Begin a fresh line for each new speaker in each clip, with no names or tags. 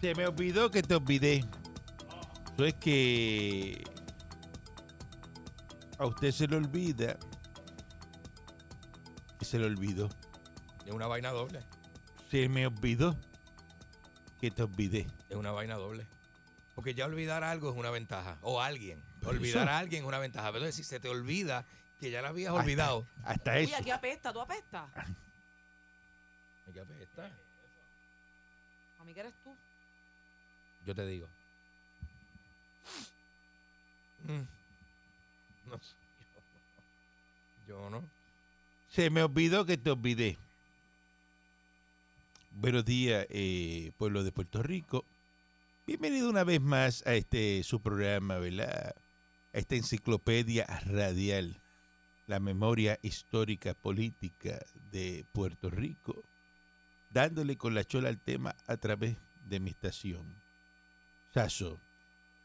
Se me olvidó que te olvidé. Eso es que a usted se le olvida. Y se le olvidó.
Es una vaina doble.
Se me olvidó que te olvidé.
Es una vaina doble. Porque ya olvidar algo es una ventaja. O alguien. Olvidar a alguien es una ventaja. Pero si se te olvida que ya la habías
Hasta-
olvidado.
Hasta,
Uy,
eso.
aquí apesta, tú apesta.
Ay, qué apesta.
A mí que eres tú.
Yo te digo. Mm. No sé. Yo no.
Se me olvidó que te olvidé. Buenos días, eh, pueblo de Puerto Rico. Bienvenido una vez más a este su programa, ¿verdad? A esta enciclopedia radial, la memoria histórica política de Puerto Rico, dándole con la chola al tema a través de mi estación. Saso,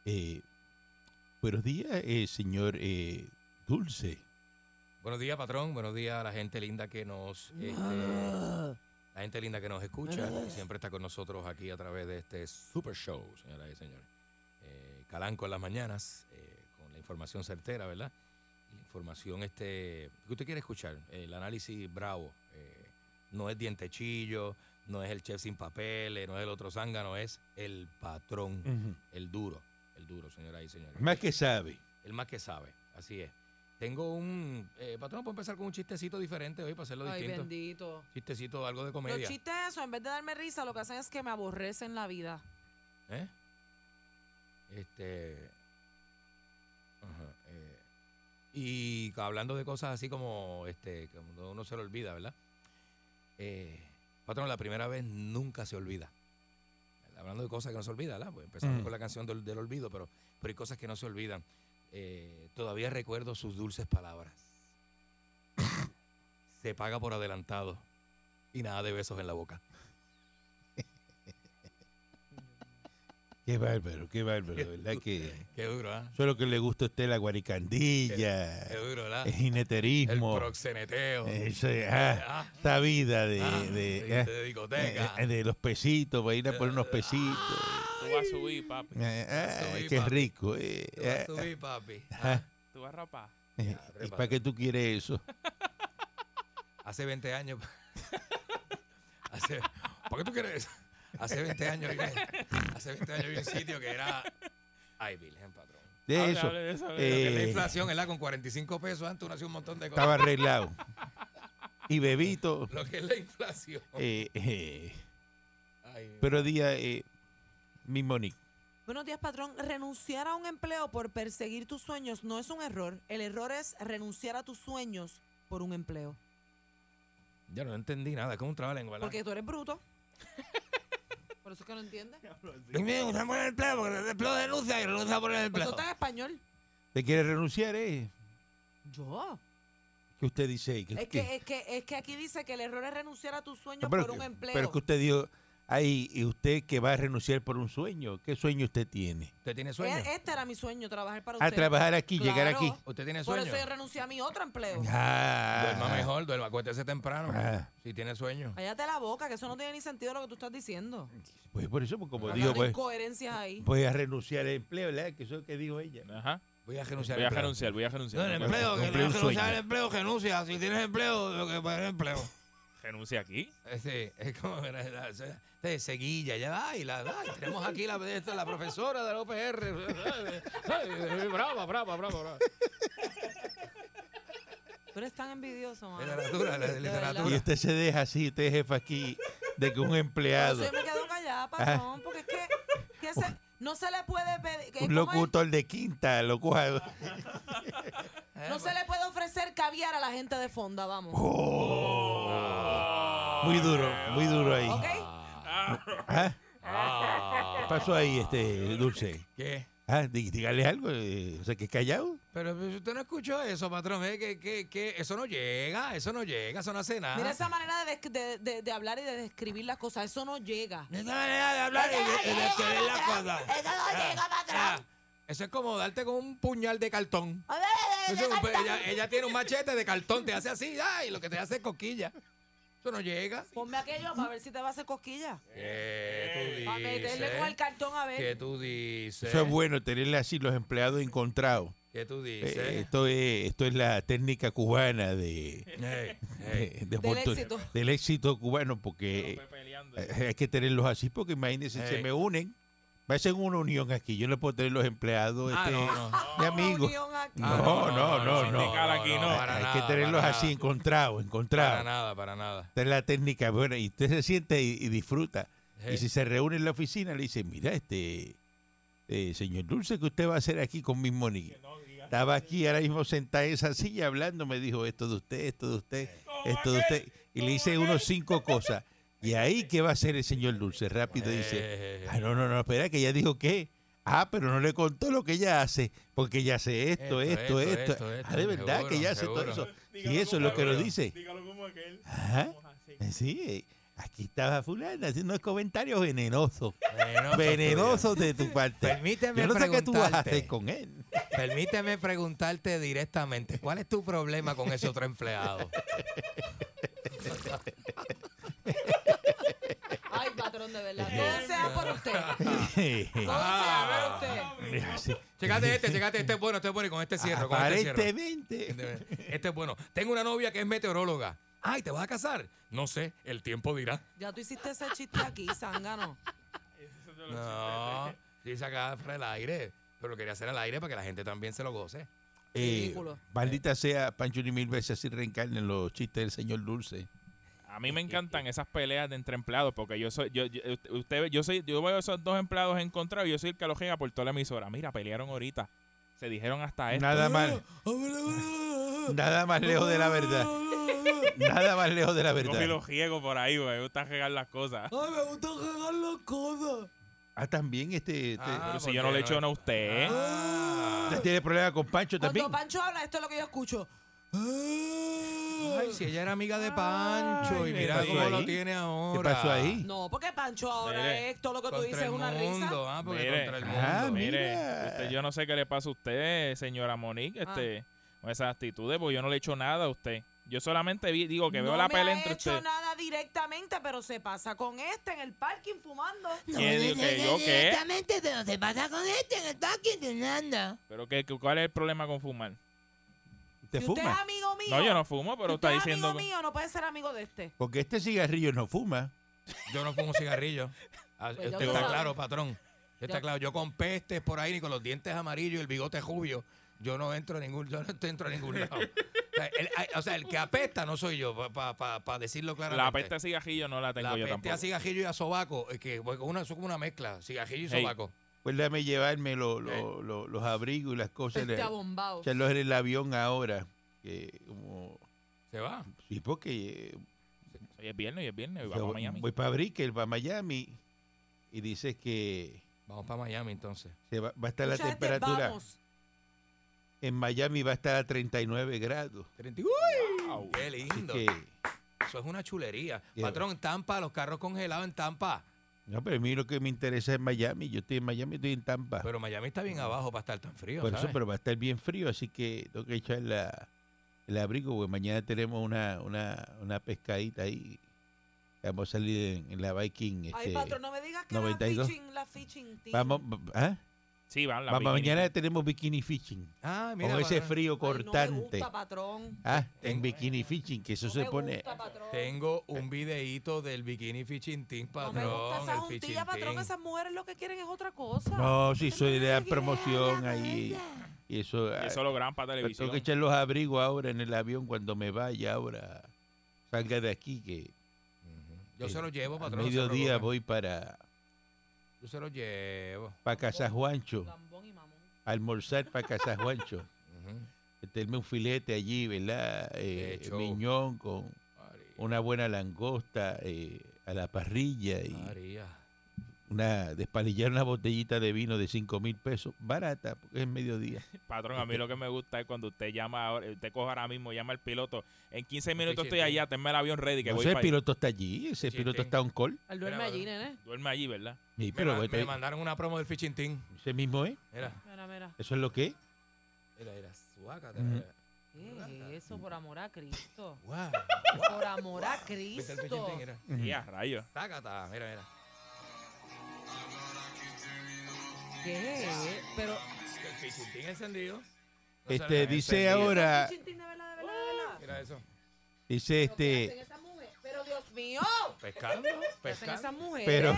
eh, buenos días, eh, señor eh, Dulce.
Buenos días, patrón. Buenos días a la gente linda que nos. este, la gente linda que nos escucha. que siempre está con nosotros aquí a través de este super show, señoras y señores. Eh, Calanco en las mañanas, eh, con la información certera, ¿verdad? Y La información este, que usted quiere escuchar. El análisis bravo. eh, no es dientechillo, no es el chef sin papeles, no es el otro zángano, es el patrón, el duro, el duro, señoras y señores.
Más que sabe.
El más que sabe, así es. Tengo un... Eh, patrón, puedo empezar con un chistecito diferente hoy para hacerlo
Ay,
distinto.
bendito.
Chistecito, algo de comedia.
Los chistes eso, en vez de darme risa, lo que hacen es que me aborrecen la vida.
¿Eh? Este... ajá, eh, y hablando de cosas así como este que uno uno se lo olvida, ¿verdad? Eh, patrón, la primera vez nunca se olvida. Hablando de cosas que no se olvidan, ¿verdad? Pues empezamos
Mm.
con la canción del, del olvido, pero, pero hay cosas que no se olvidan. Eh, todavía recuerdo sus dulces palabras. se paga por adelantado y nada de besos en la boca.
Qué bárbaro, qué bárbaro, de verdad que
Qué duro, ¿ah?
solo que le gusta a usted la guaricandilla,
Qué duro, ¿verdad?
el
Eh, El
jineterismo,
proxeneteo. Eh,
ese- ah,
Ah,
esta vida de,
ah,
de, ah,
de discoteca.
eh, de los pesitos, para ir a poner unos pesitos.
Tú vas a subir, papi.
Eh, ah,
subí,
qué
papi.
rico. eh,
Tú vas a
ah,
subir, papi.
ah,
Tú vas a rapar.
eh, ¿Y
repa.
para qué tú quieres eso?
Hace 20 años. Hace- ¿Por qué tú quieres? Hace 20 años. viví- Hace 20 años vi un sitio que era. Ay, Virgen, patrón.
De
Hable,
eso.
hable de eso, hable
Lo que
de
es la
eh,
inflación, ¿verdad? Con 45 pesos antes uno hacía un montón de cosas.
estaba arreglado. Y bebito.
Lo que es la inflación.
eh, eh,
Ay,
pero día, eh, mi Monique.
Buenos días, patrón. Renunciar a un empleo por perseguir tus sueños no es un error. El error es renunciar a tus sueños por un empleo.
yo no entendí nada. ¿Cómo un trabalengua? ¿verdad?
Porque tú eres bruto. Por eso es que no entiendes.
Me gusta poner el pleo, porque el empleo denuncia y renuncia por el
Por eso
empleo.
está en español.
¿Te quieres renunciar, eh?
Yo.
¿Qué usted dice? ahí? ¿Qué- qué?
Es que, es, que, es que aquí dice que el error es renunciar a tus sueños
No, pero,
por un
que-
empleo.
pero que usted dijo, ay, y usted que va a renunciar por un sueño, ¿qué sueño usted tiene?
¿Usted tiene
E-
sueño?
Este era mi sueño, trabajar para
A
usted.
Ah, trabajar aquí, llegar
Claro.
aquí.
¿Usted tiene
Por
sueño?
eso yo renuncié a mi otro empleo.
Ah,
Duerma mejor, duerma, acuéstese temprano.
Ah.
Si tiene sueño.
Cállate la boca, que eso no tiene ni sentido lo que tú estás diciendo.
Pues por eso, porque como
Ajá.
digo,
Hablando de
pues,
incoherencias ahí.
voy a renunciar al empleo, ¿verdad? Que eso es lo que dijo ella.
Ajá.
Voy a renunciar.
Voy a
al empleo.
renunciar, voy a renunciar.
No, el
No,
empleo, que
Cumplí
no
un
renunciar
sueño.
al empleo, renuncia. Si tienes empleo, lo que para el empleo.
Renuncia aquí.
Eh, Sí, es como era, era, era, de seguilla, ya da, y la da. y tenemos aquí la, esta, la profesora de la OPR. Ay, ay, Brava, brava, brava, brava.
Tú eres tan envidioso, mano.
Literatura, la de
Y
literatura.
usted se deja así, usted es jefa aquí, de que un
Por
empleado,
eso yo me quedo callada, patrón, porque es que, que se- no se le puede pedir... que-
un
¿cómo es?
locutor de quinta, lo coja.
No se le puede ofrecer caviar a la gente de fonda, vamos.
Oh, Muy duro, muy duro ahí.
Ok.
¿Ah?
Ah.
¿Qué pasó ahí, este Dulce?
¿Qué?
Ah, dí- dígale algo, eh, o sea, que es callado.
Pero pues, usted no escuchó eso, patrón. ¿eh? que, que, que eso no llega, eso no llega, eso no hace nada.
Mira esa manera de, desc- de- de- de hablar y de describir las cosas. Eso no llega.
Esa manera de hablar y de, y de querer la cosa. Ah,
Eso no llega, patrón.
Eso es como darte con un puñal de cartón.
A ver, a ver,
Eso es un
a
pe-
ver, a ver.
ella, ella tiene un machete de cartón, te hace así, ay, lo que te hace es coquilla. Eso no llega.
Ponme aquello para ver si te va a hacer cosquilla.
¿Qué
Para
tú
meterle con el
dices?
cartón a
Eh, ¿Qué
ver.
tú dices?
Eso es bueno, tenerle así los empleados encontrados.
¿Qué tú dices?
Eh, esto, es, esto es la técnica cubana de,
Ey, ey.
de- de
Del
oportun-
éxito.
del éxito cubano, porque
peleando.
eh, hay que tenerlos así, porque imagínense,
Eh.
se me unen, va a ser una unión aquí, yo no puedo tener los empleados
Ah,
este,
no, no.
de amigos.
Unión aquí.
No, no, no, no.
Sindical aquí no.
Hay
para
que
nada,
tenerlos
para
así
nada.
encontrados,
Para
encontrados.
nada, para nada.
Esta es la técnica buena, y usted se siente y, y disfruta.
Ey.
Y si se reúne en la oficina, le dicen, mira, este eh, señor Dulce, que usted va a hacer aquí con mis monigas? Estaba aquí ahora mismo sentada en esa silla hablando, me dijo esto de usted, esto de usted, esto de usted. Y le hice unos cinco cosas. Y ahí, ¿qué va a hacer el señor Dulce? Rápido dice,
Eh,
ah, no, no, no, espera, que ella dijo qué. Ah, pero no le contó lo que ella hace, porque ella hace esto, esto,
Esto,
esto.
esto, esto, esto,
ah, de verdad que ella hace
seguro,
todo eso.
seguro.
Y eso es lo que lo
Seguro.
dice.
Dígalo como aquel.
Ajá.
Vamos así.
Sí, eh, aquí estaba fulana haciendo unos comentarios venenosos.
venenoso
Venenosos de tu parte.
Permíteme
Yo no sé qué tú vas a
preguntarte.
hacer con él.
tuyo. Permíteme preguntarte directamente, ¿cuál es tu problema con ese otro empleado?
Ay, patrón, de verdad. Todo sea por usted. Todo
Ah.
sea por usted.
Sí.
Checate este, checate este es bueno, este es bueno y con este cierro, con este cierro.
Aparentemente.
Este es bueno. Tengo una novia que es meteoróloga. Ay, ¿te vas a casar? No sé, el tiempo dirá.
Ya tú hiciste ese chiste aquí, zángano.
Eso te lo-
No, sí saca fuera el aire, pero lo quería hacer al aire para que la gente también se lo goce.
Eh,
Ridículo.
maldita sea, Pancho ni mil veces así reencarnen los chistes del señor Dulce.
A mí me encantan esas peleas de entre empleados porque yo soy, yo, yo- usted, yo soy, yo veo esos dos empleados encontrados y yo soy el que los llega por toda la emisora. Mira, pelearon ahorita, se dijeron hasta esto.
Nada más, nada más lejos de la verdad. Nada más lejos de la
Yo me
verdad.
los riego por ahí, güey. Me gusta regar las cosas.
Ay, me gusta jugar las cosas.
Ah, también este, este-
Ah,
Pero si
¿por
yo no
qué
le
no?
echo a usted.
usted tiene problema con Pancho también.
Cuando Pancho habla, esto es lo que yo escucho.
Ay, si ella era amiga de Pancho y
Uh. ¿qué
mira
pasó
cómo lo
ahí?
tiene
¿Qué
ahora.
pasó ahí?
No, porque Pancho ahora
Mire,
es todo lo que tú
Contra
dices
el
es una risa.
mundo, ah, porque
Mire.
contra el
Ah,
mundo.
Mire,
Mira.
usted- yo no sé qué le pasa a usted, señora Monique,
Ah.
este, con esas actitudes, porque yo no le echo nada a usted. Yo solamente vi- digo que veo
no
la
me
pelea
ha
entre
hecho
ustedes.
nada directamente, pero se pasa con este en el parking fumando.
¿Qué digo que yo qué?
Exactamente, pero se pasa con este en el parking de Nanda.
Pero que, que- ¿cuál es el problema con fumar?
¿Te
si usted es
fuma?
amigo mío,
No, yo no fumo, pero
si
está
usted es
diciendo.
amigo mío, no puede ser amigo de este.
Porque este cigarrillo no fuma.
Yo no fumo cigarrillo. Ah,
Pues ya
usted
lo
está
sabe.
claro, patrón. Usted Está
Ya.
claro. Yo con pestes por ahí, ni con los dientes amarillos y el bigote rubio, yo no entro a ningún, yo no entro a ningún lado. O sea, el, o sea, el que apesta no soy yo, para decirlo claramente.
La peste a cigarrillo no la tengo
La
yo
peste
tampoco.
a cigarrillo y a sobaco, es que porque una, eso es como una mezcla, cigarrillo y
Ey.
sobaco.
Acuérdame llevarme lo- lo- lo- los abrigos y las cosas.
Este
la-
abombado.
echarlos en el avión ahora. que como,
Se va.
sí, porque eh,
Hoy es viernes, hoy es viernes, hoy
yo
vamos a Miami.
voy para Brickell, para Miami, y dice que
Vamos para Miami entonces.
se va, va a estar la
Mucha gente,
temperatura.
este, vamos.
En Miami va a estar a 39 grados.
Uy,
Wow.
qué
Así
lindo.
que,
Eso es una chulería.
Qué
Patrón, Tampa, los carros congelados en Tampa.
no, pero a mí lo que me interesa es Miami. Yo estoy en Miami, estoy en Tampa.
Pero Miami está bien abajo para estar tan frío.
Por eso,
¿sabes?
pero va a estar bien frío, así que tengo que echar la, el abrigo, porque mañana tenemos una, una, una pescadita ahí. Vamos a salir en, en la Viking. Este,
Ay, patrón, no me digas que
92.
la fishing, la fishing team.
vamos, ¿ah?
Sí, van la
Vamos,
bikini.
mañana tenemos bikini fishing.
Ah, mira,
Con ese
patrón.
frío
Ay, no me
cortante.
gusta, patrón.
ah, en
Tengo-
bikini fishing, que eso
No
se
me
pone.
gusta, patrón.
Tengo un videíto del bikini fishing team,
No
patrón.
me gusta esa
el
juntilla,
fishing
patrón.
team.
Esas mujeres lo que quieren es otra cosa.
No, si soy de la
Ay,
promoción
la
ahí.
cabeza.
Y eso. ah,
Y Eso lo gran para
pero
televisión.
tengo que echar los abrigos ahora en el avión cuando me vaya ahora. Salga de aquí que
Yo se lo llevo,
al
patrón. no se
mediodía
preocupe.
voy para,
Yo se lo llevo.
para Casa Juancho,
Lambón y mamón.
a almorzar para Casa Juancho.
Ujú.
Meterme un filete allí, ¿verdad? Eh,
Hecho.
miñón con,
María.
una buena langosta eh, a la parrilla y
María.
una despanillar una botellita de vino de 5 mil pesos, barata, porque es mediodía.
Patrón, a mí lo que me gusta es cuando usted llama, ahora- usted coge ahora mismo, llama al piloto. En 15 minutos estoy
chiste.
allá, tenme el avión ready que
No
voy
sé, el
para allá.
piloto está allí, ese
Sí,
piloto
sí.
está on call.
Al duerme
Mira,
allí,
brother.
nene.
Duerme allí, ¿verdad?
Sí,
Me,
pero
ma-
vete-
me mandaron una promo del Fishing Team.
ese mismo es,
Mira,
Mira, mira.
eso es lo que es.
mira, mira. Suácate.
Ujú.
¿Qué es eso? Por amor a Cristo.
Guau.
Por amor a
Viste
Cristo.
el Fishing Team, mira.
Y a rayos.
Sácata. Mira, mira.
¿Qué? Pero.
El Fishing Team encendido. No
Este,
sale la gente
dice
encendida.
ahora- Ahora-
¿Es un chintín de verdad, de verdad, de verdad?
Mira eso.
Dice
¿Pero qué
Ah. este,
hacen esas mujeres? Pero Dios mío,
Pescando.
¿qué hacen
Pescando.
esas mujeres?
Pero-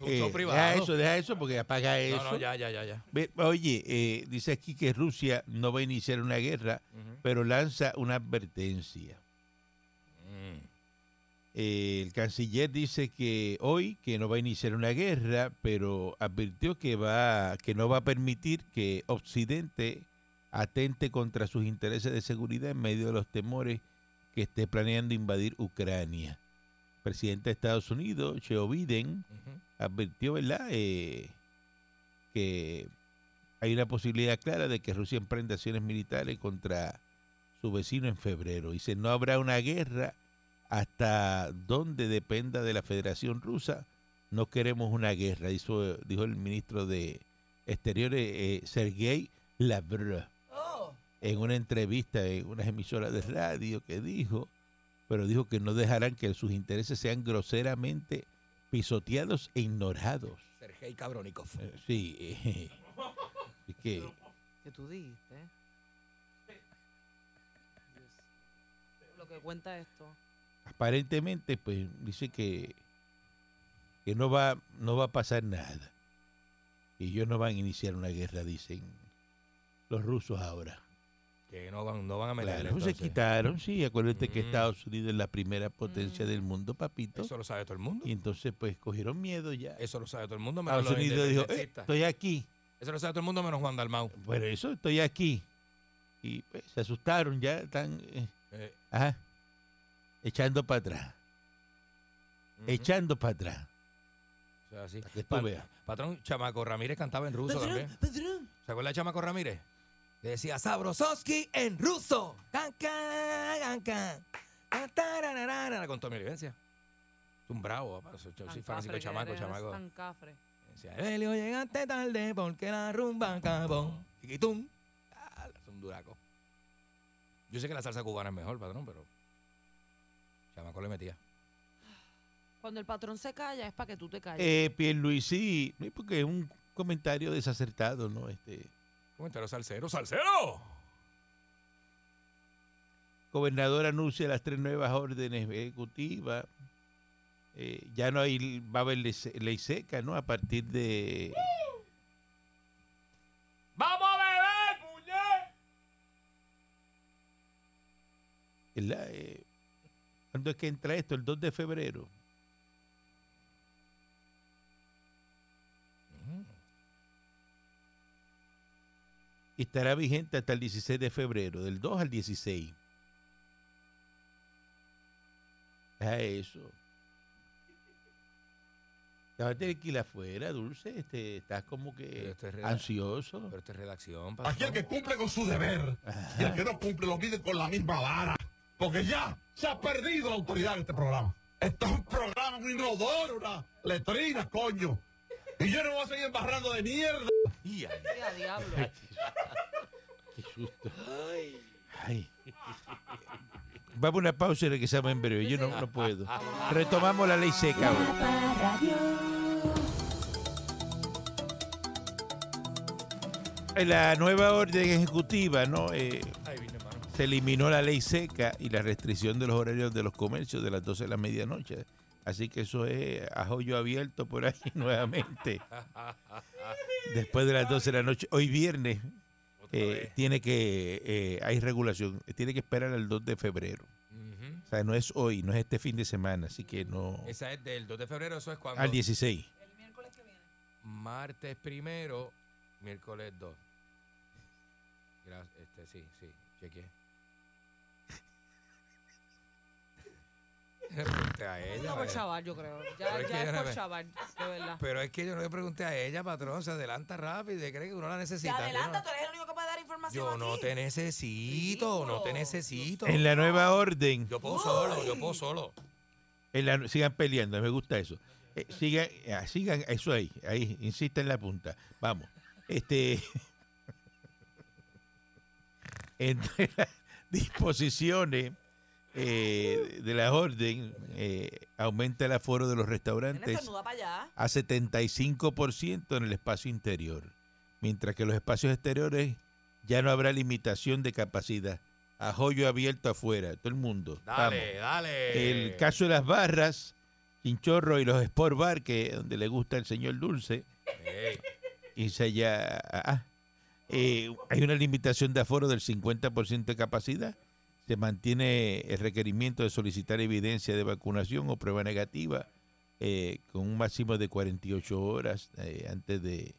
Un
eh,
show
deja
privado.
eso, deja eso porque apaga eso.
No, no, ya, ya, ya, ya.
Ve- Oye, eh, dice aquí que Rusia no va a iniciar una guerra,
Ujú.
pero lanza una advertencia.
Mm.
Eh, el canciller dice que hoy que no va a iniciar una guerra, pero advirtió que va que no va a permitir que Occidente atente contra sus intereses de seguridad en medio de los temores que esté planeando invadir Ucrania. El presidente de Estados Unidos, Joe Biden,
Ujú.
advirtió, ¿verdad?, Eh, que hay una posibilidad clara de que Rusia emprenda acciones militares contra su vecino en febrero. Dice, no habrá una guerra hasta donde dependa de la Federación Rusa. No queremos una guerra, hizo- dijo el ministro de Exteriores, eh, Sergei Lavrov,
Oh,
en una entrevista en unas emisoras de radio que dijo, pero dijo que no dejarán que sus intereses sean groseramente pisoteados e ignorados.
Sergei Cabronikov.
Eh, Sí, eh, así que
que tú dijiste. Dios. Lo que cuenta esto.
aparentemente pues dice que, que no va no va a pasar nada. Y ellos no van a iniciar una guerra, dicen los rusos ahora.
Que no van, no van a meterle.
Claro, se
entonces.
quitaron, sí, acuérdate que
Mm.
Estados Unidos es la primera potencia del mundo, papito.
Eso lo sabe todo el mundo.
Y entonces pues cogieron miedo ya.
Eso lo sabe todo el mundo. menos
Estados
los
Unidos dijo, "Eh,
independentistas.
estoy aquí.
Eso lo sabe todo el mundo menos Juan Dalmau.
Bueno, eso, estoy aquí. Y pues, se asustaron ya, están eh,
Eh,
ajá, echando para atrás.
ujú.
echando para atrás.
O sea, así.
Para que tú
Pa-
veas.
Patrón, Chamaco Ramírez cantaba en ruso
Patrón,
también.
patrón.
¿Se acuerda de Chamaco Ramírez? Decía Sabrosowski en ruso. Can, can, can, can. Can, tarararara, Con toda mi vivencia. Es un bravo, papá. Soy- Yo soy
Tan
fanático
cafre
de
que
Chamaco,
eres,
Chamaco.
tan cafre.
Decía, Elio, llegaste tarde porque la rumba acabó. Tiquitum. Ah, es un duraco. Yo sé que la salsa cubana es mejor, patrón, pero. Chamaco le metía.
Cuando el patrón se calla es para que tú te calles.
Eh, Pierluisi, eh, porque es un comentario desacertado, ¿no? Este
Comentario salsero, salsero.
gobernador anuncia las tres nuevas órdenes ejecutivas. Eh, ya no hay, va a haber ley, se- ley seca, ¿no? A partir de.
¡Vamos a beber, puñet!
¿verdad? Eh, ¿Cuándo es que entra esto? El 2 de febrero. Mm. Y estará vigente hasta el 16 de febrero, del 2 al 16. Deja eso. Te vas a tener que ir afuera, Dulce. Este, estás como
Pero
que
esto es real.
ansioso.
Pero esta es redacción, patrón.
Aquí el que cumple con su deber y el que no cumple lo mide con la misma vara. Porque ya se ha perdido la autoridad en este programa. Esto es un programa, un inodoro, una letrina, coño. Y yo no voy a seguir embarrando de mierda.
Y ahí.
Sí, a diablo.
Qué susto. Ay. Vamos a una pausa y regresamos en breve. Yo no, no puedo. Retomamos la ley seca. ahora. En La nueva orden ejecutiva, ¿no? Eh,
Ahí viene, hermano.
se eliminó la ley seca y la restricción de los horarios de los comercios de las 12 de la medianoche. Así que eso es a joyo abierto por ahí nuevamente. Después de las 12 de la noche, hoy viernes,
Otra
eh,
vez.
tiene que, eh, hay regulación, tiene que esperar al 2 de febrero.
Ujú.
O sea, no es hoy, no es este fin de semana, así que no.
Esa es del 2 de febrero, eso es cuando.
Al 16.
Martes primero, miércoles 2. Gra- Este, sí, sí, chequeé. le pregunté a
Es
ella.
por
¿verdad?
chaval, yo creo.
Pero
Ya,
es que
ya
yo
es
no
por
me-
chaval, de verdad.
Pero es que yo no le pregunté a ella, patrón. Se adelanta rápido y cree que uno la
Te
necesita. Yo
adelanta,
no-
tú eres el único que puede dar información
Yo no
aquí. pues.
te necesito, no te
Ridículo.
necesito.
En la nueva orden,
Yo puedo solo, yo puedo solo.
en la- sigan peleando, me gusta eso. Eh, sigan, ah, sigan eso ahí, ahí, insista en la punta. Vamos. Este. entre las disposiciones eh, de la orden, eh, aumenta el aforo de los
Tienes
restaurantes
estornuda para allá.
a 75% en el espacio interior, mientras que los espacios exteriores ya no habrá limitación de capacidad. A joyo abierto afuera, todo el mundo. vamos.
Dale, dale.
El caso de las barras, Chinchorro y los Sport Bar, que donde le gusta el señor Dulce,
Ey,
y se halla- ah, eh, hay una limitación de aforo del 50% de capacidad. Se mantiene el requerimiento de solicitar evidencia de vacunación o prueba negativa eh, con un máximo de 48 horas eh, antes de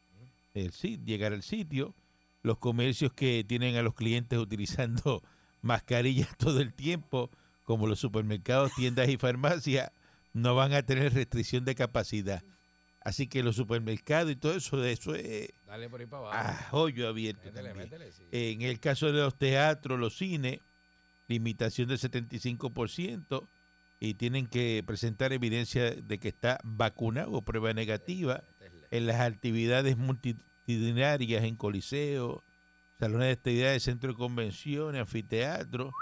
del sit- llegar al sitio. Los comercios que tienen a los clientes utilizando mascarillas todo el tiempo, como los supermercados, tiendas y farmacias, no van a tener restricción de capacidad. Así que los supermercados y todo eso, eso es
dale por ahí para abajo.
a hoyo abierto.
Métele,
Ah, también. Eh,
métele, sí.
En el caso de los teatros, los cines, limitación del 75% y tienen que presentar evidencia de que está vacunado o prueba negativa
Métele.
en las actividades multitudinarias, en coliseos, salones de actividades, centro de convenciones, anfiteatros.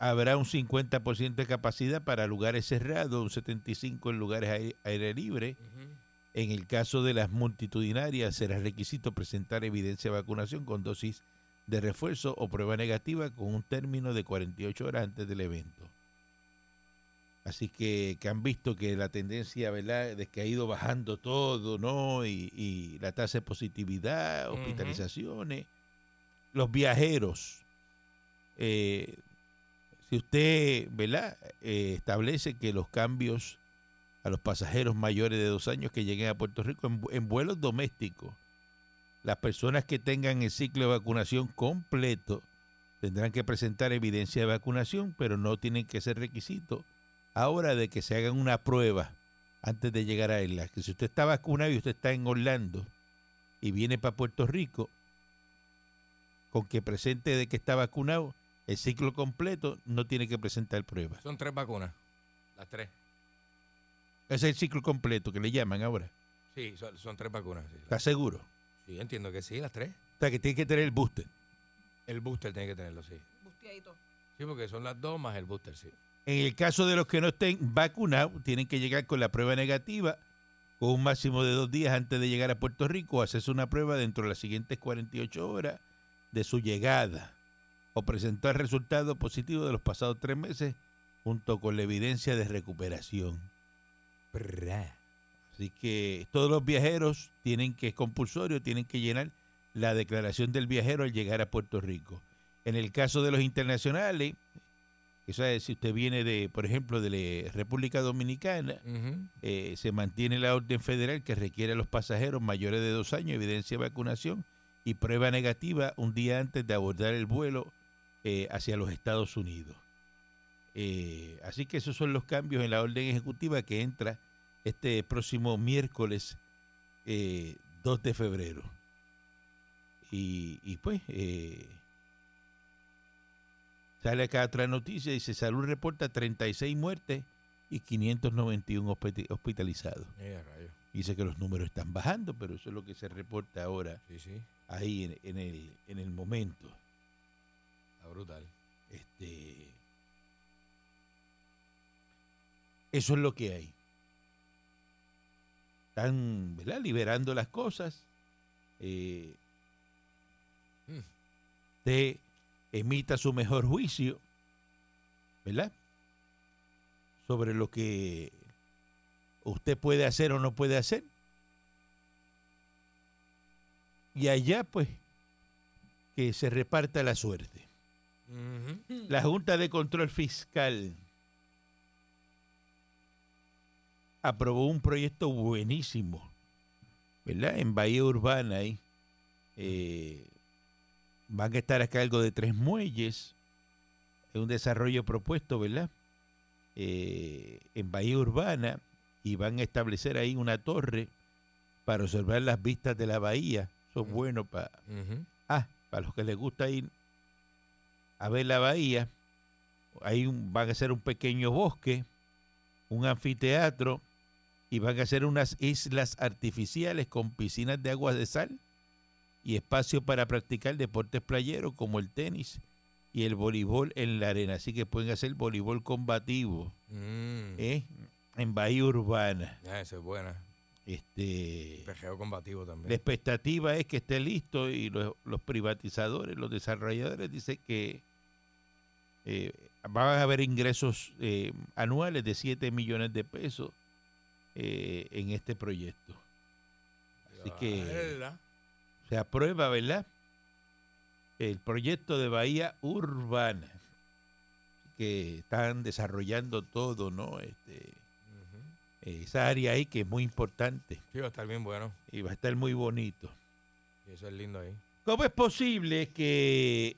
Habrá un 50% de capacidad para lugares cerrados, un 75% en lugares ai- aire libre.
Ujú.
En el caso de las multitudinarias, será requisito presentar evidencia de vacunación con dosis de refuerzo o prueba negativa con un término de 48 horas antes del evento. Así que, que han visto que la tendencia, ¿verdad?, de que ha ido bajando todo, ¿no? Y, y la tasa de positividad,
Ujú.
hospitalizaciones. Los viajeros. eh, si usted, ¿verdad?, eh, establece que los cambios a los pasajeros mayores de dos años que lleguen a Puerto Rico en, vu- en vuelos domésticos. Las personas que tengan el ciclo de vacunación completo tendrán que presentar evidencia de vacunación, pero no tienen que ser requisito ahora de que se hagan una prueba antes de llegar a isla. Que si usted está vacunado y usted está en Orlando y viene para Puerto Rico, con que presente de que está vacunado el ciclo completo, no tiene que presentar pruebas.
Son tres vacunas. Las tres.
Ese es el ciclo completo que le llaman ahora.
Sí, son, son tres vacunas. Sí,
¿Está seguro?
Sí, entiendo que sí, las tres.
O sea, que tiene que tener el booster.
El booster tiene que tenerlo, sí.
Busteadito.
Sí, porque son las dos más el booster, sí.
En el caso de los que no estén vacunados, tienen que llegar con la prueba negativa con un máximo de dos días antes de llegar a Puerto Rico o hacerse una prueba dentro de las siguientes 48 horas de su llegada o presentar resultado positivo de los pasados tres meses junto con la evidencia de recuperación. Así que todos los viajeros tienen que, es compulsorio, tienen que llenar la declaración del viajero al llegar a Puerto Rico. En el caso de los internacionales, eso es, si usted viene de, por ejemplo, de la República Dominicana,
Ujú.
eh, se mantiene la orden federal que requiere a los pasajeros mayores de dos años evidencia de vacunación y prueba negativa un día antes de abordar el vuelo eh, hacia los Estados Unidos. Eh, así que esos son los cambios en la orden ejecutiva que entra este próximo miércoles eh, 2 de febrero. Y, y pues eh, sale acá otra noticia, dice Salud reporta 36 muertes y 591 hospiti- hospitalizados.
Eh, rayos.
Dice que los números están bajando, pero eso es lo que se reporta ahora,
Sí, sí.
ahí en, en el, en el momento.
Está brutal.
Este, eso es lo que hay. Están ¿verdad? liberando las cosas. Eh,
Mm.
usted emita su mejor juicio, ¿verdad? Sobre lo que usted puede hacer o no puede hacer. Y allá, pues, que se reparta la suerte.
Ujú.
La Junta de Control Fiscal aprobó un proyecto buenísimo, ¿verdad? En Bahía Urbana, ahí. Eh, van a estar a cargo de tres muelles. Es un desarrollo propuesto, ¿verdad? eh, en Bahía Urbana y van a establecer ahí una torre para observar las vistas de la bahía. Eso es bueno para
Ujú.
Ah, para los que les gusta ir a ver la bahía, ahí van a hacer un pequeño bosque, un anfiteatro y van a hacer unas islas artificiales con piscinas de agua de sal y espacio para practicar deportes playeros como el tenis y el voleibol en la arena. Así que pueden hacer voleibol combativo
Mm.
¿eh? en Bahía Urbana.
Ah, esa es buena.
Este,
Pejeo combativo también.
la expectativa es que esté listo y los, los privatizadores, los desarrolladores dicen que eh, van a haber ingresos eh, anuales de 7 millones de pesos eh, en este proyecto. Así
ah,
que
Mierda.
se aprueba, ¿verdad? El proyecto de Bahía Urbana, que están desarrollando todo, ¿no? Este,
Ujú.
esa área ahí que es muy importante
Sí, va a estar bien bueno.
y va a estar muy bonito.
Y eso es lindo ahí.
¿Cómo es posible que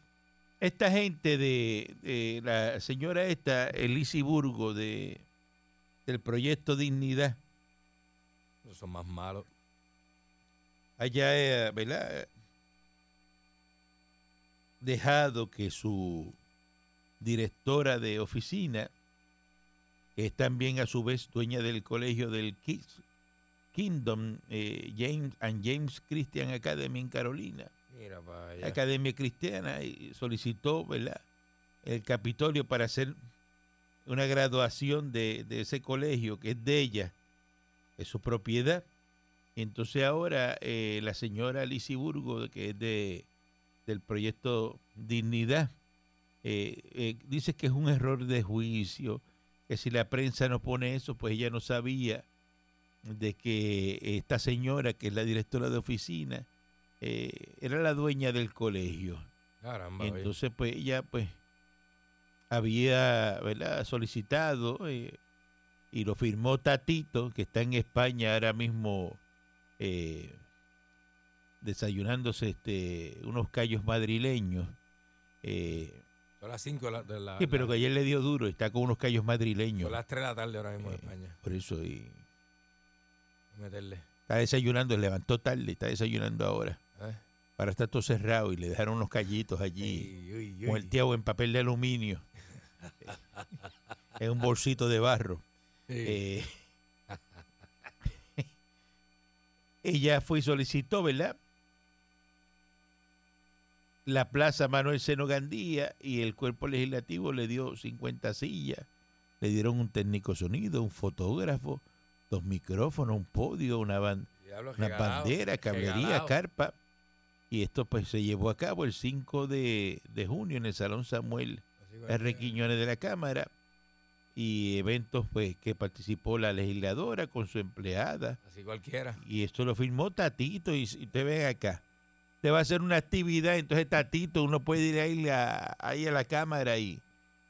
esta gente de, de la señora esta, Elisi Burgo, de, del proyecto Dignidad,
Esos son más malos.
haya eh, ¿verdad? dejado que su directora de oficina, que es también a su vez dueña del colegio del Kids Kingdom, eh, James and James Christian Academy en Carolina,
Mira para
la
allá.
Academia Cristiana y solicitó ¿verdad? el Capitolio para hacer una graduación de, de ese colegio que es de ella, es su propiedad. Entonces ahora eh, la señora Lisi Burgo, que es de, del proyecto Dignidad, eh, eh, dice que es un error de juicio, que si la prensa no pone eso, pues ella no sabía de que esta señora, que es la directora de oficina, eh, era la dueña del colegio.
Caramba, oye.
Entonces, pues ella, pues, había ¿verdad? solicitado eh, y lo firmó Tatito, que está en España ahora mismo eh, desayunándose este, unos callos madrileños. Eh,
Son las 5 de la, de la-
sí, pero
la-
que ayer le dio duro, está con unos callos madrileños.
Son las 3 de la tarde ahora mismo en
Eh,
España.
Por eso, y
Meterle.
está desayunando, levantó tarde, está desayunando ahora.
¿eh?
Ahora está todo cerrado y le dejaron unos callitos allí.
Uy, uy, uy.
muerteado en papel de aluminio. en un bolsito de barro.
Sí.
Eh, ella fue y solicitó, ¿verdad? La plaza Manuel Seno Gandía y el cuerpo legislativo le dio 50 sillas. Le dieron un técnico sonido, un fotógrafo, dos micrófonos, un podio, una, ban-
Diablo,
una
regalado,
bandera, cablería,
regalado.
carpa. Y esto pues se llevó a cabo el 5 de, de junio en el Salón Samuel
Así con-
R. Quiñones de la Cámara y eventos pues que participó la legisladora con su empleada
Así cualquiera.
y esto lo firmó Tatito y, y te ven acá te va a hacer una actividad entonces Tatito uno puede ir ahí a, ahí a la cámara y,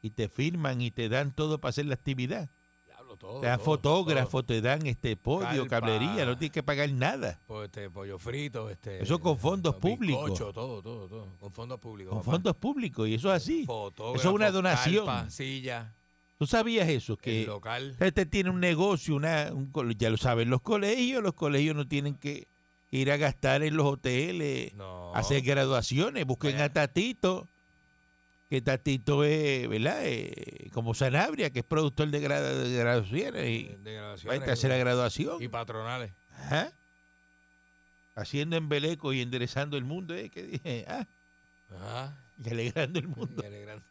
y te firman y te dan todo para hacer la actividad
Diablo, todo.
te dan
Oh, todo,
fotógrafo te dan este podio
Carpa.
cablería no tienes que pagar nada
todo. Po- este, pollo frito, este.
Eso con fondos públicos.
bizcocho, todo, todo, todo. Con fondos públicos.
con
papá.
fondos públicos y eso es así
Fotógrafo,
Eso es una donación.
carpa, silla,
tú sabías eso que
el local.
Usted tiene un negocio, una, un col- ya lo saben los colegios, los colegios no tienen que ir a gastar en los hoteles,
No.
hacer graduaciones, busquen
Vaya.
a Tatito, que Tatito es, ¿verdad? Eh, como Sanabria, que es productor de, gra- de graduaciones
de-
y
de
va a
grabaciones,
ir a hacer la graduación,
Y patronales.
Ajá. haciendo embeleco y enderezando el mundo, ¿eh? que dije, ah,
Ajá.
y alegrando el
Y
mundo.
alegrando.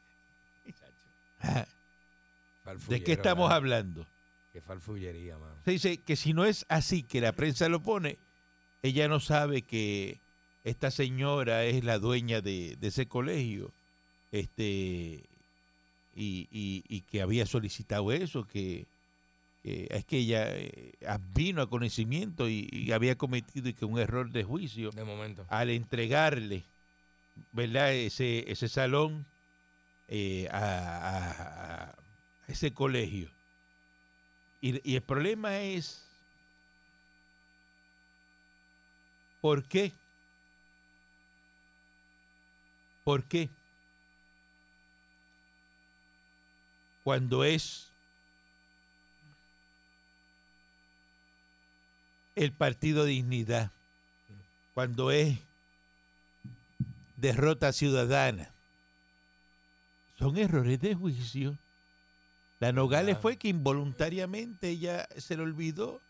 Chacho,
Ajá. ¿De
farfullero,
qué estamos
mano.
hablando?
Qué farfullería, mano.
Se dice que si no es así que la prensa lo pone, ella no sabe que esta señora es la dueña de, de ese colegio este y, y- y que había solicitado eso, que, que es que ella eh, vino a conocimiento y, y había cometido y que un error de juicio
De momento.
al entregarle verdad ese, ese salón eh, a, a- a ese colegio. Y, y el problema es ¿por qué? ¿Por qué? Cuando es el Partido Dignidad cuando es derrota ciudadana. Son errores de juicio. La Nogales
Ah.
fue que involuntariamente ella se le olvidó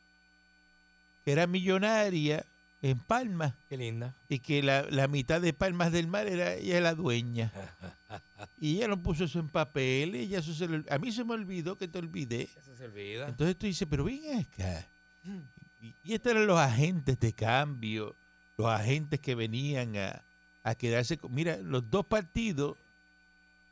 que era millonaria en Palma
Qué linda.
y que la, la mitad de Palmas del Mar era ella la dueña. Y ella no puso eso en papel, ella eso se le ol- a mí se me olvidó que te olvidé.
Eso se olvida.
Entonces tú dices, pero ven acá. Y, y estos eran los agentes de cambio, los agentes que venían a, a quedarse con. Mira, los dos partidos.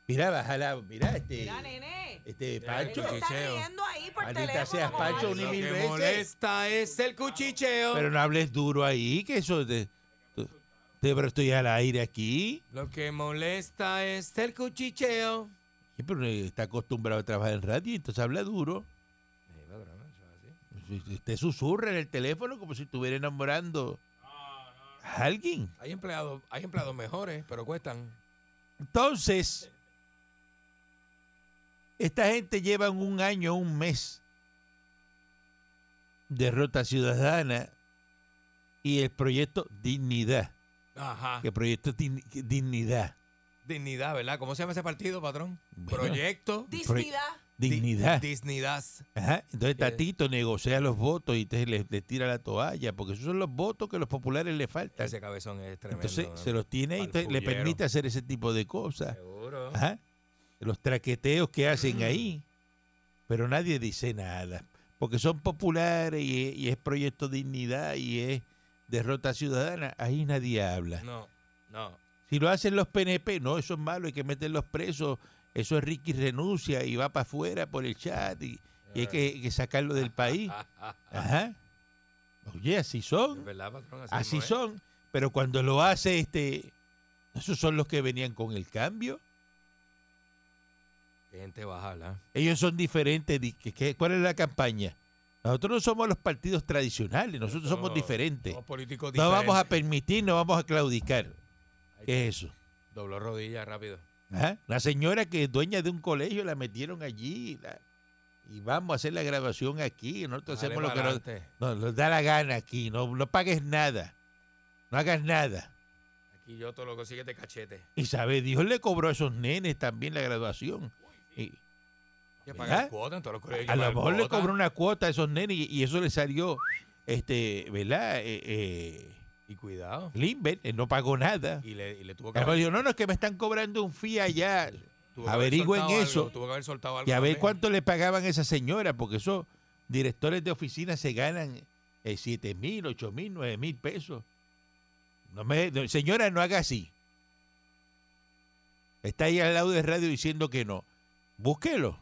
Mira, bájala, mira, este,
Mira, nene.
este
Mira,
Pancho.
Él se está
Chicheo.
riendo ahí por
Maldita
teléfono.
sea,
comadre.
Pancho, ni
Lo
mil
que
veces.
molesta es el cuchicheo.
Pero no hables duro ahí, que eso te. te- Pero estoy al aire aquí.
Lo que molesta es el cuchicheo.
Sí, pero uno está acostumbrado a trabajar en radio, entonces habla duro.
Eh, patrón, eso es así.
Usted susurra en el teléfono como si estuviera enamorando a alguien.
Hay empleados, hay empleados mejores, pero cuestan.
Entonces, esta gente llevan un año, un mes derrota ciudadana y el proyecto Dignidad.
Ajá.
Que proyecto Din- Dignidad.
Dignidad, ¿verdad? ¿Cómo se llama ese partido, patrón?
Bueno.
Proyecto.
Dignidad.
Di-
Dignidad.
Dignidad.
Ajá. Entonces
Eh.
Tatito negocia los votos y entonces le, le tira la toalla, porque esos son los votos que los populares le faltan.
Ese cabezón es tremendo.
Eh, Entonces
¿no?
se los tiene y entonces le
Alfullero.
permite hacer ese tipo de cosas.
Seguro.
Ajá. Los traqueteos que
Mm.
hacen ahí. Pero nadie dice nada. Porque son populares y es, y es Proyecto Dignidad y es Derrota Ciudadana. Ahí nadie habla.
No, no.
Si lo hacen los PNP, no, eso es malo, hay que meterlos presos. Eso es Ricky renuncia y va para afuera por el chat y, y hay
Eh.
que, que sacarlo del país.
Ah, ah, ah.
Ajá. Oye, así son.
Es verdad, patrón. Así,
Así
mismo ¿eh? es.
son, pero cuando lo hace este, esos son los que venían con el cambio.
Qué gente bajala.
Ellos son diferentes. di- que- que- ¿Cuál es la campaña? Nosotros no somos los partidos tradicionales, nosotros somos diferentes.
Somos políticos
No
diferentes.
vamos a Eh. permitir, no vamos a claudicar. ¿Qué es eso?
Dobló rodillas rápido.
Ajá. La señora que es dueña de un colegio la metieron allí la- y vamos a hacer la grabación aquí. Nosotros
Dale
hacemos lo que nos,
pa'lante.
nos- nos da la gana aquí. No, no pagues nada, no hagas nada.
Aquí yo todo lo consigue de cachete.
Y sabe, Dios le cobró a esos nenes también la graduación. Y
Hay que pagar
¿Verdad?
cuota en todos los colegios.
a
hay
lo
que pagar
mejor le
cuota.
cobró una cuota a esos nenes y, y eso le salió, este, ¿verdad? Eh, eh,
Y cuidado.
Lindbergh, él no pagó nada.
Y le, y le tuvo que
Además dijo, no, no, es que me están cobrando un fee allá.
tuvo que haber
pues, averigüen
soltado algo,
eso.
tuvo que haber soltado algo
Y a ver
también.
cuánto le pagaban a esa señora, porque esos directores de oficina se ganan eh, 7 mil, 8 mil, 9 mil pesos. No me, no, señora, no haga así. Está ahí al lado de radio diciendo que no. Búsquelo.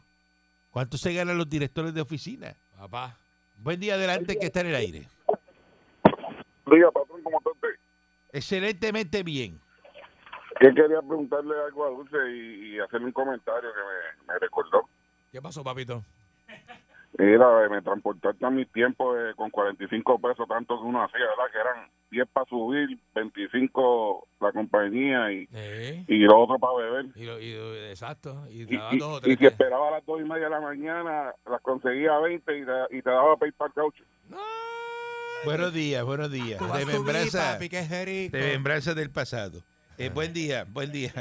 ¿Cuánto se ganan los directores de oficina?
Papá.
Buen día adelante que está en el aire.
Diga, patrón, ¿cómo está usted?
Excelentemente bien.
Que quería preguntarle algo a Dulce y, y hacerle un comentario que me, me recordó.
¿Qué pasó, papito?
Mira, eh, me transportaste a mis tiempos eh, con 45 pesos, tanto que uno hacía, ¿verdad? Que eran 10 para subir, 25 la compañía y,
Eh,
y lo otro para beber.
Y, lo- y lo- exacto. Y
Y,
te daba
y-
dos o
y
tres.
si
que-
esperaba a las 2 y media de la mañana, las conseguía a 20 y te, y te daba para ir para el caucho.
No,
Buenos días, buenos días.
tú vas a subir,
Remembranza,
papi, que es rico.
remembranza del pasado. Eh, buen día, buen día.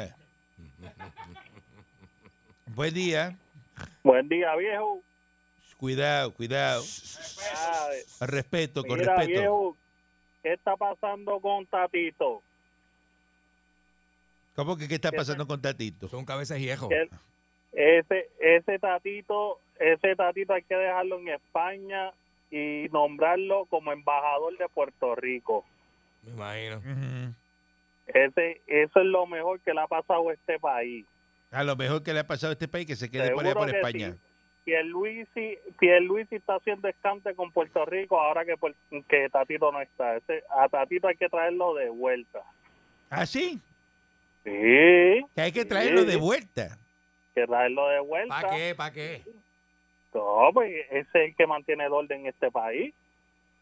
Buen día.
Buen día, viejo.
Cuidado, cuidado.
Ah,
Al respeto, con
mira,
respeto.
viejo, ¿qué está pasando con Tatito?
¿Cómo que qué está pasando con Tatito?
Son cabezas viejo.
¿Qué? Ese, ese Tatito, ese Tatito hay que dejarlo en España y nombrarlo como embajador de Puerto Rico.
Me imagino.
Ujú.
Ese, eso es lo mejor que le ha pasado a este país.
A lo mejor que le ha pasado a este país que se quede por allá
Seguro
por
que
España.
sí. Pierluisi, Pierluisi está haciendo escante con Puerto Rico ahora que, Puer- que Tatito no está. Ese, a Tatito hay que traerlo de vuelta.
¿Ah, sí?
Sí,
Que hay que traerlo
Sí.
de vuelta.
que traerlo de vuelta.
¿Para qué? ¿Para qué?
No, pues ese es el que mantiene el orden en este país.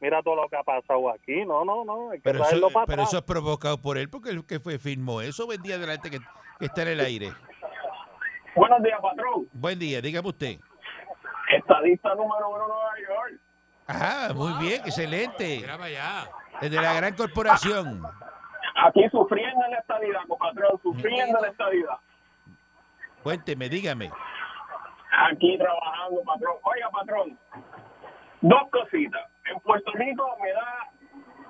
Mira todo lo que ha pasado aquí. No, no, no. Hay que
Pero
traerlo
eso,
para
pero
atrás.
eso es provocado por él porque el que fue firmó eso. Buen día adelante que, que está en el aire.
Buenos días, patrón.
Buen día, dígame usted.
Estadista número uno de Nueva York.
Ajá, Ah, muy bien, excelente.
Mira para allá.
Desde la gran corporación.
Aquí sufriendo en la estadidad, compatrón, sufriendo en la estadidad.
Cuénteme, dígame.
Aquí trabajando, patrón. Oiga, patrón, dos cositas. En Puerto Rico me da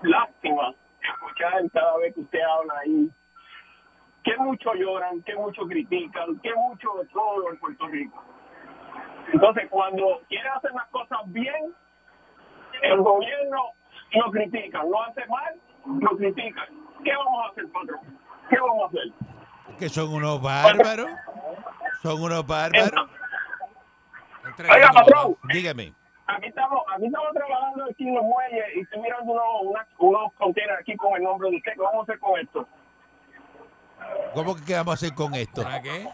lástima escuchar cada vez que usted habla ahí que mucho lloran, que mucho critican, que mucho de todo en Puerto Rico. Entonces, cuando quiere hacer las cosas bien, el gobierno lo critica. Lo hace mal, lo critican. ¿Qué vamos a hacer, patrón? ¿Qué vamos a hacer?
Que son unos bárbaros. Son unos bárbaros.
Entre
Oiga,
ellos,
patrón,
Dígame.
aquí estamos, aquí estamos trabajando aquí en los muelles y estoy mirando unos, unas- unos containers aquí con el nombre de usted. ¿Qué vamos a hacer con esto?
¿Cómo que qué vamos a hacer con esto?
¿Para qué?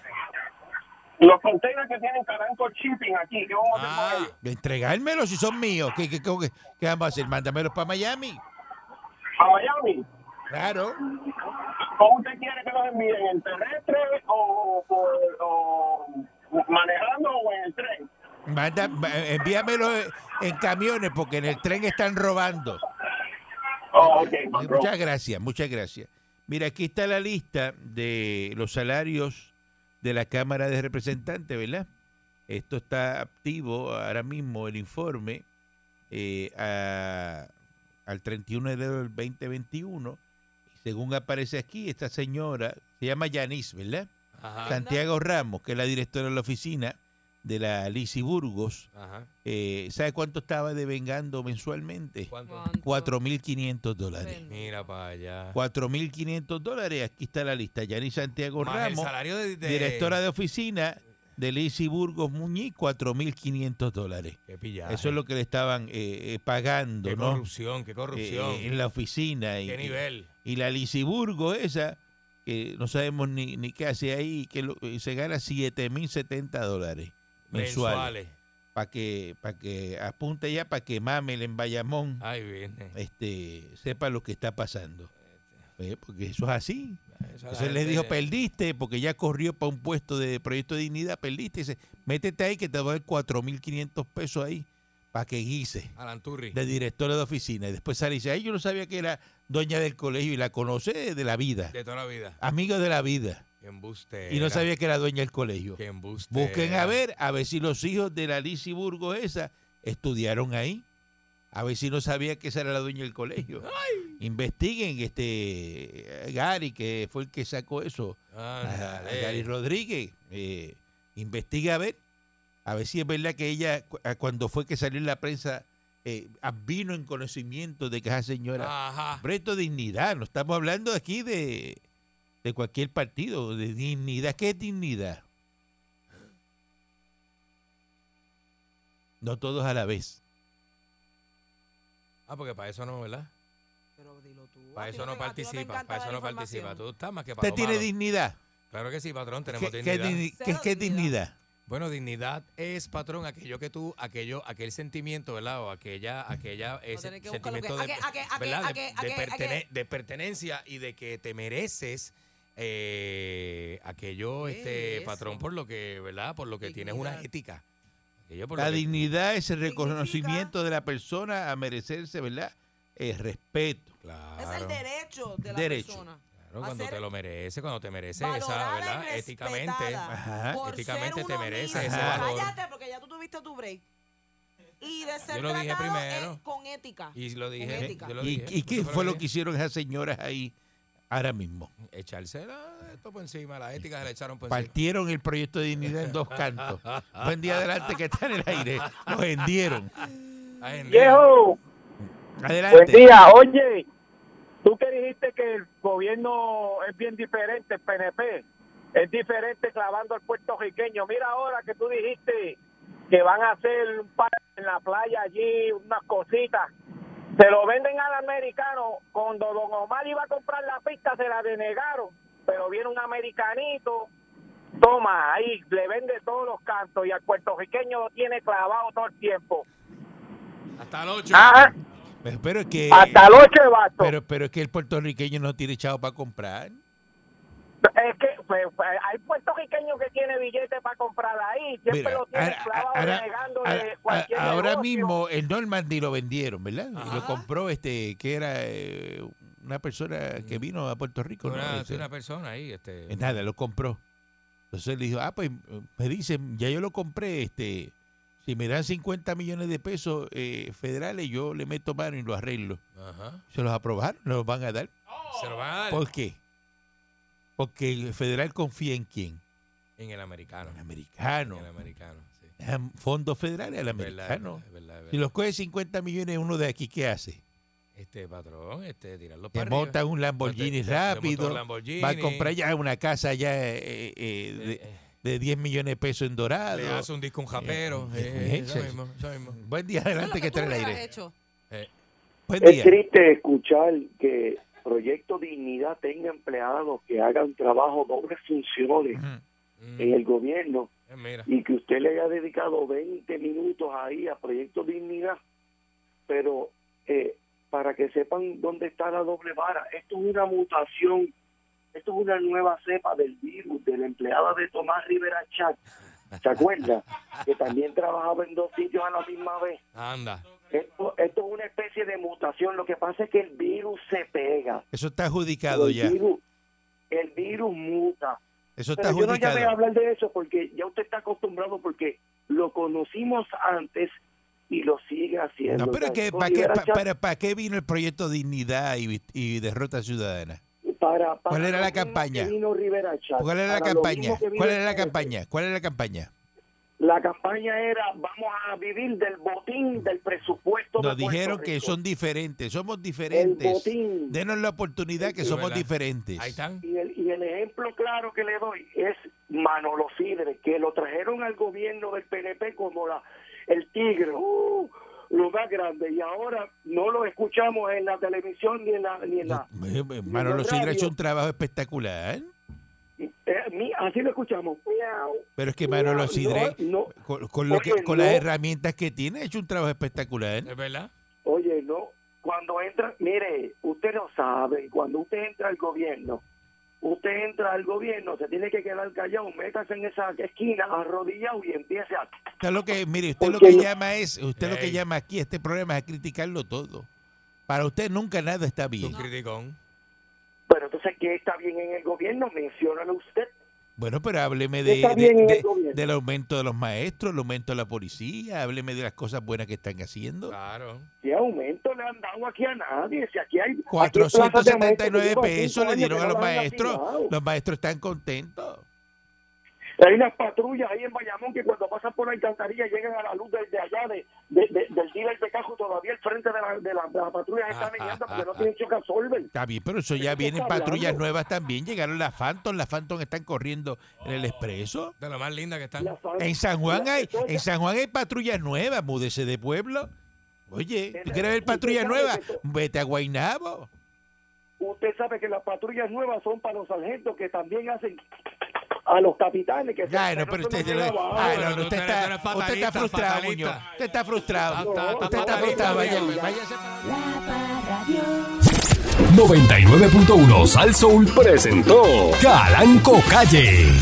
Los containers que tienen Caranco Shipping aquí, ¿qué vamos a hacer con
Ah,
ellos?
Entregármelos si son míos. ¿Qué, qué, cómo que- qué vamos a hacer? Mándamelos para Miami.
¿A Miami?
Claro.
¿Cómo usted quiere que los envíen? ¿En terrestre o, por- o manejando o en el tren?
Manda, ma- envíamelos en camiones porque en el tren están robando.
Oh, ok, patrón.
Muchas gracias, muchas gracias. Mira, aquí está la lista de los salarios de la Cámara de Representantes, ¿verdad? Esto está activo ahora mismo, el informe, eh, a- al 31 de enero del 2021. Según aparece aquí, esta señora se llama Yanis, ¿verdad?
ajá,
Santiago Ramos, que es la directora de la oficina de la Lisi Burgos.
ajá.
eh, ¿Sabe cuánto estaba devengando mensualmente?
¿Cuánto?
4.500 dólares.
Mira para allá.
4.500 dólares. Aquí está la lista. Yanis Santiago
Más el
Ramos,
salario de, de-
directora de oficina de Lizzy Burgos Muñiz, 4.500 dólares.
Qué pillaje.
Eso es lo que le estaban eh, eh, pagando,
Qué
¿no?
corrupción, qué corrupción.
Eh, en la oficina. Y,
qué nivel.
y la Lizzy Burgos esa, que no sabemos ni, ni qué hace ahí, que lo- eh, se gana 7.070 dólares mensuales.
Mensuales.
Para que, para que apunte ya, para que mamen en Bayamón
Ay, viene.
este, sepa lo que está pasando. Eh, porque eso es así.
Esa
Entonces
gente-
le dijo, perdiste, porque ya corrió para un puesto de Proyecto de Dignidad, perdiste. Dice, métete ahí que te voy a dar 4.500 pesos ahí para que guise
Alan Turri.
de directora de oficina. Y después sale y dice, ay, yo no sabía que era doña del colegio y la conoce de la vida,
De toda la vida.
amiga de la vida.
Qué embustera.
Y no sabía que era doña del colegio.
Qué embustera.
Busquen a ver, a ver si los hijos de la Lizy Burgos esa estudiaron ahí. A ver si no sabía que esa era la dueña del colegio. Investiguen este Gary, que fue el que sacó eso. a- a
Ándale.
Gary Rodríguez. Eh, investigue a ver. A ver si es verdad que ella, cu- a- cuando fue que salió en la prensa, eh, vino en conocimiento de que esa señora.
Ajá.
Preto dignidad. No estamos hablando aquí de, de cualquier partido. De dignidad. ¿Qué es dignidad? No todos a la vez.
Ah, porque para eso no, ¿verdad?
Pero dilo tú.
Para eso no participa. Para eso no participa. Tú estás más que para
¿Usted tiene dignidad?
Claro que sí, patrón. Tenemos
¿Qué, qué
dignidad.
digni-
Cero
qué- qué es
dignidad.
dignidad?
Bueno, dignidad es, patrón, aquello que tú, aquello, aquel sentimiento, ¿verdad? O aquella, aquella, ese
tenés que buscar lo que-
sentimiento
a
de,
que- a que- a que-
¿verdad?
a
De-
que- a
de
que- a
pertene-
que-
de pertenencia y de que te mereces eh, aquello,
¿Qué
este,
es
patrón,
eso?
por lo que, ¿verdad? Por lo que tienes una
Dignidad.
ética. Aquello por lo
La
que-
dignidad es el
Significa-
reconocimiento de la persona a merecerse, ¿verdad? El respeto.
Claro,
Es el derecho de la
Derecho.
persona.
claro, cuando
hacer-
te lo mereces, cuando te mereces esa,
Valorada
¿verdad?
y
Éticamente.
respetada
Ajá.
por ser
Éticamente te
uno
mereces
mismo.
ese
valor.
Cállate porque ya tú tuviste tu break. Y de ser
Yo lo dije
tratado
primero.
es con ética.
Y lo dije.
ética.
yo lo
Eh, ¿Y,
dije,
y qué
eso
fue lo
dije. Pues
que hicieron esas señoras ahí ahora mismo?
Echarse la- esto por encima, la ética se la echaron por encima.
Partieron el proyecto de dignidad en dos cantos. Buen día adelante que está en el aire. Los hendieron.
Ay, Enrique.
Viejo,
Adelante.
buen día. Oye, tú que dijiste que el gobierno es bien diferente, el PNP, es diferente clavando al puertorriqueño. Mira ahora que tú dijiste que van a hacer un par en la playa allí, unas cositas. Se lo venden al americano. Cuando Don Omar iba a comprar la pista, se la denegaron. Pero viene un americanito, toma, ahí le vende todos los cantos y al puertorriqueño lo tiene clavado todo el tiempo.
Hasta el 8.
Ajá.
Pero es que,
Hasta el 8 de basto.
pero, pero es que el puertorriqueño no tiene chavo para comprar.
Es que
pues, pues, hay puertorriqueños que tiene billetes para comprar ahí, siempre
Mira,
lo tienen
ahora-
clavado
ahora-
negándole
ahora-
cualquier
ahora
negocio.
mismo el Normandy lo vendieron, ¿verdad? Y lo compró este, que era eh, una persona que vino a Puerto Rico. ¿no?
Mm. Una,
Este,
una persona ahí, este.
eh, nada, lo compró. Entonces él dijo, ah, pues eh, me dicen, ya yo lo compré, este, si me dan 50 millones de pesos eh, federales, yo le meto mano y lo arreglo.
Ajá.
Se los aprobaron, los van a dar.
Se lo van a dar
¿Por qué? Porque el federal confía en quién.
en el americano. En el
americano.
En el americano, sí.
Dejan fondos federales al
Es verdad,
americano.
es verdad, es verdad, es verdad.
Si los coge 50 millones uno de aquí, ¿qué hace?
Este patrón, este, tirarlo
Que
para arriba.
monta un Lamborghini
Te- te- te monta un
rápido.
Lamborghini.
Va a comprar ya una casa ya eh, eh, de, de 10 millones de pesos en dorado.
Le hace un disco a un japero.
Eh,
eh,
eh,
eso
sí.
mismo, eso mismo.
Buen día, adelante que, trae el aire.
Eh,
Buen
Es
día.
triste escuchar que Proyecto Dignidad tenga empleados que hagan trabajo, dobles funciones en el gobierno
Mm. eh, mira.
y que usted le haya dedicado 20 minutos ahí a Proyecto Dignidad, pero eh, para que sepan dónde está la doble vara, esto es una mutación, esto es una nueva cepa del virus de la empleada de Tomás Rivera Chat, ¿se acuerda? que también trabajaba en dos sitios a la misma vez.
Anda.
Esto, esto es una especie de mutación. Lo que pasa es que el virus se pega.
Eso está adjudicado ya.
El virus, el virus muta.
Eso está
Pero yo no llamé a
adjudicado.
hablar de eso porque ya usted está acostumbrado porque lo conocimos antes y lo sigue haciendo.
No, pero
O sea,
que,
con
¿para, qué,
Rivera
pa-
Chat-
para, ¿para qué vino el proyecto Dignidad y, y Derrota Ciudadana?
para- para
¿Cuál era
lo
la
mismo
campaña?
que vino Rivera Chat,
¿Cuál era la
para lo
campaña?
mismo que vino
¿Cuál era la
este.
campaña? ¿Cuál era la campaña?
La campaña era vamos a vivir del botín del presupuesto. de
Nos
Puerto
dijeron que
Rico.
son diferentes, somos diferentes.
botín.
Denos la oportunidad que
Sí,
somos
¿verdad?
diferentes.
Y el, y el ejemplo claro que le doy es Manolo Sidre, que lo trajeron al gobierno del PNP como la el tigre, ¡uh! lo más grande, y ahora no lo escuchamos en la televisión ni en la... Ni en la
Eh, eh, Manolo Sidra ha hecho un trabajo espectacular.
eh, mi- así lo escuchamos. Miau.
Pero es que Manolo Sidre,
no.
con, con lo que,
Oye,
con
no.
las herramientas que tiene, ha hecho un trabajo espectacular.
¿Es verdad?
Oye, no, cuando entra, mire, usted lo sabe, cuando usted entra al gobierno, usted entra al gobierno, se tiene que quedar callado, métase en esa esquina, arrodillado y empiece a...
Usted lo que, mire, usted lo que llama es, usted lo que
Ey.
llama aquí este programa es a criticarlo todo. Para usted nunca nada está bien.
Criticón.
Pero entonces, ¿qué está bien en el gobierno? Menciónalo usted.
Bueno, pero hábleme de,
Está
de-
bien en el
de-
gobierno.
del aumento de los maestros, el aumento de la policía, hábleme de las cosas buenas que están haciendo.
Ah.
Claro.
¿Qué aumento le han dado aquí a nadie? Si aquí hay... aquí hay plazas de maestros
479
que llevan cinco
pesos le
años
dieron
que
a
no
los
las han
maestros.
activado.
Los maestros están contentos.
Hay unas patrullas ahí en Bayamón que cuando pasan por la alcantarilla llegan a la luz desde allá de, de- de- del dealer de cajo todavía el frente de la, de la, de la patrulla
Ah,
está meneando porque no tienen choque absorben.
Está bien, pero eso ya vienen
está
patrullas
hablando?
nuevas también. Llegaron las Phantom, las Phantom están corriendo en el expreso.
De lo más linda que están.
En San Juan hay, en San Juan hay patrullas nuevas, múdese de pueblo. Oye, ¿tú quieres ver patrullas nuevas? Vete a Guaynabo.
Usted sabe que las patrullas nuevas son para los sargentos que también hacen a los capitanes que
Ay, no, pero usted, ay, no, no, usted está, usted está frustrado, Muñoz. Usted está frustrado. Usted está frustrado. Vaya, pues, váyase para-
99.1 Sal Soul presentó Calanco Calle.